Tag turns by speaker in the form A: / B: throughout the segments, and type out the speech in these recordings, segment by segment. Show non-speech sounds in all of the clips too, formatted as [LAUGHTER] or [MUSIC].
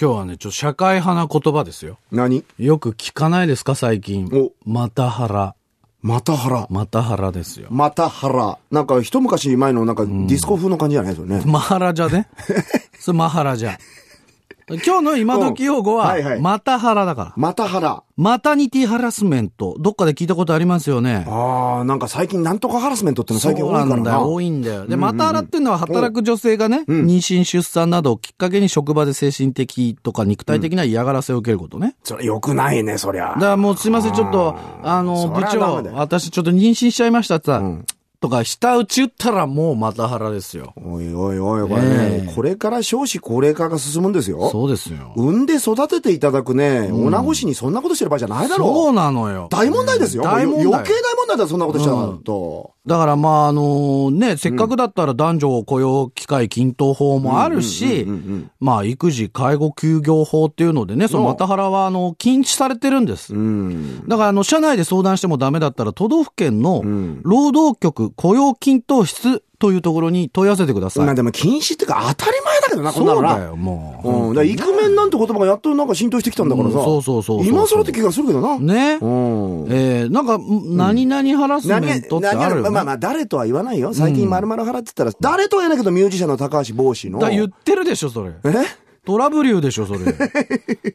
A: 今日はね、ちょっと社会派な言葉ですよ。
B: 何
A: よく聞かないですか、最近。
B: お
A: またはら。
B: またはら。
A: またはらですよ。
B: またはら。なんか一昔前のなんかディスコ風の感じじゃないですよね。
A: マハラじゃ
B: [LAUGHS]
A: ね。それマハラじゃ。今日の今時用語
B: うん
A: は
B: はいは、い
A: またはらだから。
B: またはら。
A: マタニティハラスメント。どっかで聞いたことありますよね。
B: ああ、なんか最近なんとかハラスメントっての最近多いから
A: そうなんだ
B: な。
A: よ。多いんだよ。で、また洗っていうのは働く女性がね、妊娠、出産などをきっかけに職場で精神的とか肉体的な嫌がらせを受けることね。
B: それ良くないね、そりゃ
A: だか。らもうすいません、ちょっと、あの、
B: そ
A: 部
B: りゃダメだ
A: 長、
B: よ
A: 私ちょっと妊娠しちゃいましたってさ、とか、舌打ち打ったらもうまた腹ですよ。
B: おいおいおい、これね、これから少子高齢化が進むんですよ。
A: そうですよ。
B: 産んで育てていただくね、女子にそんなことしてる場合じゃないだ
A: そ
B: ろ
A: うなのよ。
B: 大問題ですよ。
A: 大問題
B: もう余計大問題だよ、そんなことしちゃうと。
A: だからまああのね、せっかくだったら男女雇用機会均等法もあるし、まあ育児介護休業法っていうのでね、そのマタハラはあの禁止されてるんです。だからあの社内で相談してもダメだったら都道府県の労働局雇用均等室というところに問い合わせてください。
B: まあでも禁止っていうか当たり前だけどな、こんな
A: そ
B: の
A: うだ
B: な。
A: よ、もう。
B: うん。だからイクメンなんて言葉がやっとなんか浸透してきたんだからさ。
A: うんそうそうそうそう
B: 今更って気がするけどな。
A: ね。
B: うん。
A: えー、なんか、ん何々ハラスメントってあるよ、ね。
B: 何々まあまあ、誰とは言わないよ。最近、まるまる払って言ったら、誰とは言わないけど、ミュージシャンの高橋帽子の。
A: だから言ってるでしょ、それ。
B: え
A: トラブリューでしょ、そ
B: [LAUGHS]
A: れ。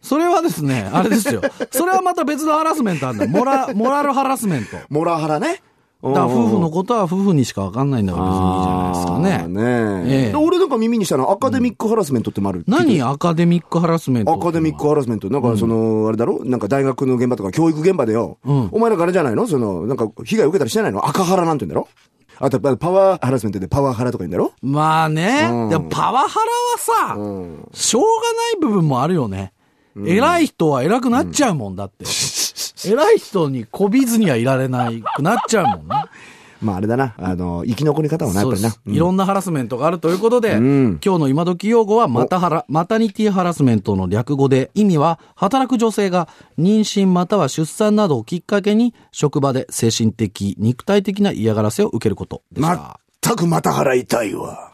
A: それはですね、あれですよ。それはまた別のハラスメントあんだよ。モラ、モラルハラスメント。だか
B: モラハラね。
A: ら夫婦のことは夫婦にしかわかんないんだから別にいいじゃないですかね。
B: あーね
A: ええ
B: で俺なんか耳にしたのはアカデミックハラスメントってもある。
A: 何アカデミックハラスメント
B: アカデミックハラスメント。なんかその、あれだろなんか大学の現場とか教育現場でよ。お前なんかあれじゃないのその、なんか被害受けたりしてないの赤ハラなんて言うんだろあと、パワーハラスメントでパワーハラとか言うんだろ
A: まあね、でもパワハラはさ、しょうがない部分もあるよね。偉い人は偉くなっちゃうもんだ [LAUGHS] って。偉い人にこびずにはいられないくなっちゃうもんね。
B: まああれだな。あの、生き残り方はな、や
A: そ
B: っ
A: う
B: ぱ
A: で
B: りな
A: す。。いろんなハラスメントがあるということで、今日の今時用語はマタハラ、マタニティハラスメントの略語で、意味は働く女性が妊娠または出産などをきっかけに職場で精神的、肉体的な嫌がらせを受けることでした。
B: 全くまた払いたいわ。